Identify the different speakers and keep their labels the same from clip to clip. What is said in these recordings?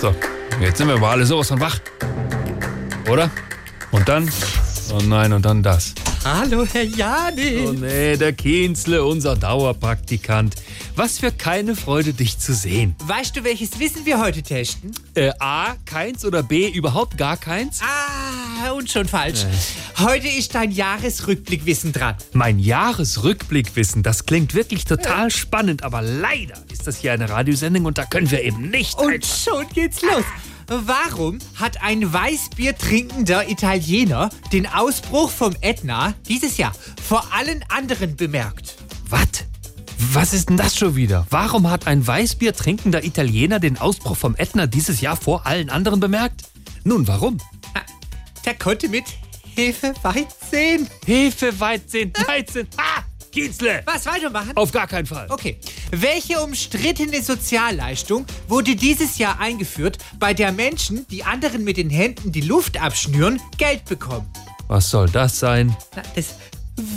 Speaker 1: So, jetzt sind wir mal alle sowas von wach. Oder? Und dann? Oh nein, und dann das.
Speaker 2: Hallo, Herr
Speaker 1: Oh
Speaker 2: Jani.
Speaker 1: nee, der Kienzle, unser Dauerpraktikant. Was für keine Freude, dich zu sehen.
Speaker 2: Weißt du, welches Wissen wir heute testen?
Speaker 1: Äh, A, keins oder B, überhaupt gar keins?
Speaker 2: Ah, und schon falsch. Heute ist dein Jahresrückblickwissen dran.
Speaker 1: Mein Jahresrückblickwissen, das klingt wirklich total spannend, aber leider ist das hier eine Radiosendung und da können wir eben nicht.
Speaker 2: Und schon geht's los. Warum hat ein Weißbier trinkender Italiener den Ausbruch vom Ätna dieses Jahr vor allen anderen bemerkt?
Speaker 1: Was? Was ist denn das schon wieder? Warum hat ein Weißbier trinkender Italiener den Ausbruch vom Ätna dieses Jahr vor allen anderen bemerkt? Nun, warum?
Speaker 2: Der konnte mit Hilfe weit sehen.
Speaker 1: Hefe, Weizen, Weizen. Ah, Kienzle!
Speaker 2: Was weitermachen?
Speaker 1: Auf gar keinen Fall.
Speaker 2: Okay. Welche umstrittene Sozialleistung wurde dieses Jahr eingeführt, bei der Menschen, die anderen mit den Händen die Luft abschnüren, Geld bekommen?
Speaker 1: Was soll das sein?
Speaker 2: Na, das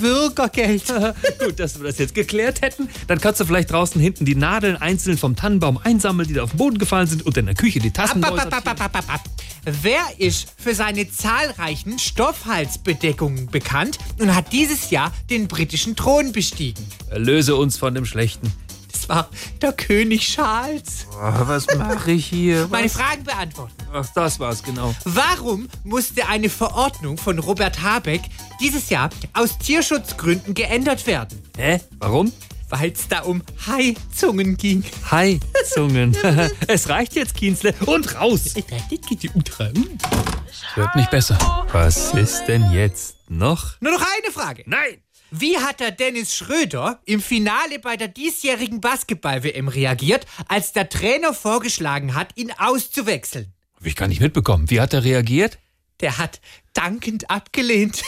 Speaker 2: Bürgergeld.
Speaker 1: Gut, dass wir das jetzt geklärt hätten. Dann kannst du vielleicht draußen hinten die Nadeln einzeln vom Tannenbaum einsammeln, die da auf den Boden gefallen sind und in der Küche die Tassen
Speaker 2: Ab,
Speaker 1: neu
Speaker 2: ab, ab,
Speaker 1: sortieren.
Speaker 2: ab, ab, ab, ab. Wer ist für seine zahlreichen Stoffhalsbedeckungen bekannt und hat dieses Jahr den britischen Thron bestiegen?
Speaker 1: Erlöse uns von dem Schlechten.
Speaker 2: Das war der König Charles.
Speaker 1: was mache ich hier?
Speaker 2: Meine Fragen beantworten.
Speaker 1: Ach, das war's, genau.
Speaker 2: Warum musste eine Verordnung von Robert Habeck dieses Jahr aus Tierschutzgründen geändert werden?
Speaker 1: Hä? Warum?
Speaker 2: Weil es da um Haizungen ging.
Speaker 1: Hi, Zungen. es reicht jetzt, Kienzle. Und raus. Hm. Wird nicht besser. Was ist denn jetzt noch?
Speaker 2: Nur noch eine Frage.
Speaker 1: Nein!
Speaker 2: Wie hat der Dennis Schröder im Finale bei der diesjährigen Basketball-WM reagiert, als der Trainer vorgeschlagen hat, ihn auszuwechseln?
Speaker 1: Hab ich gar nicht mitbekommen. Wie hat er reagiert?
Speaker 2: Der hat dankend abgelehnt.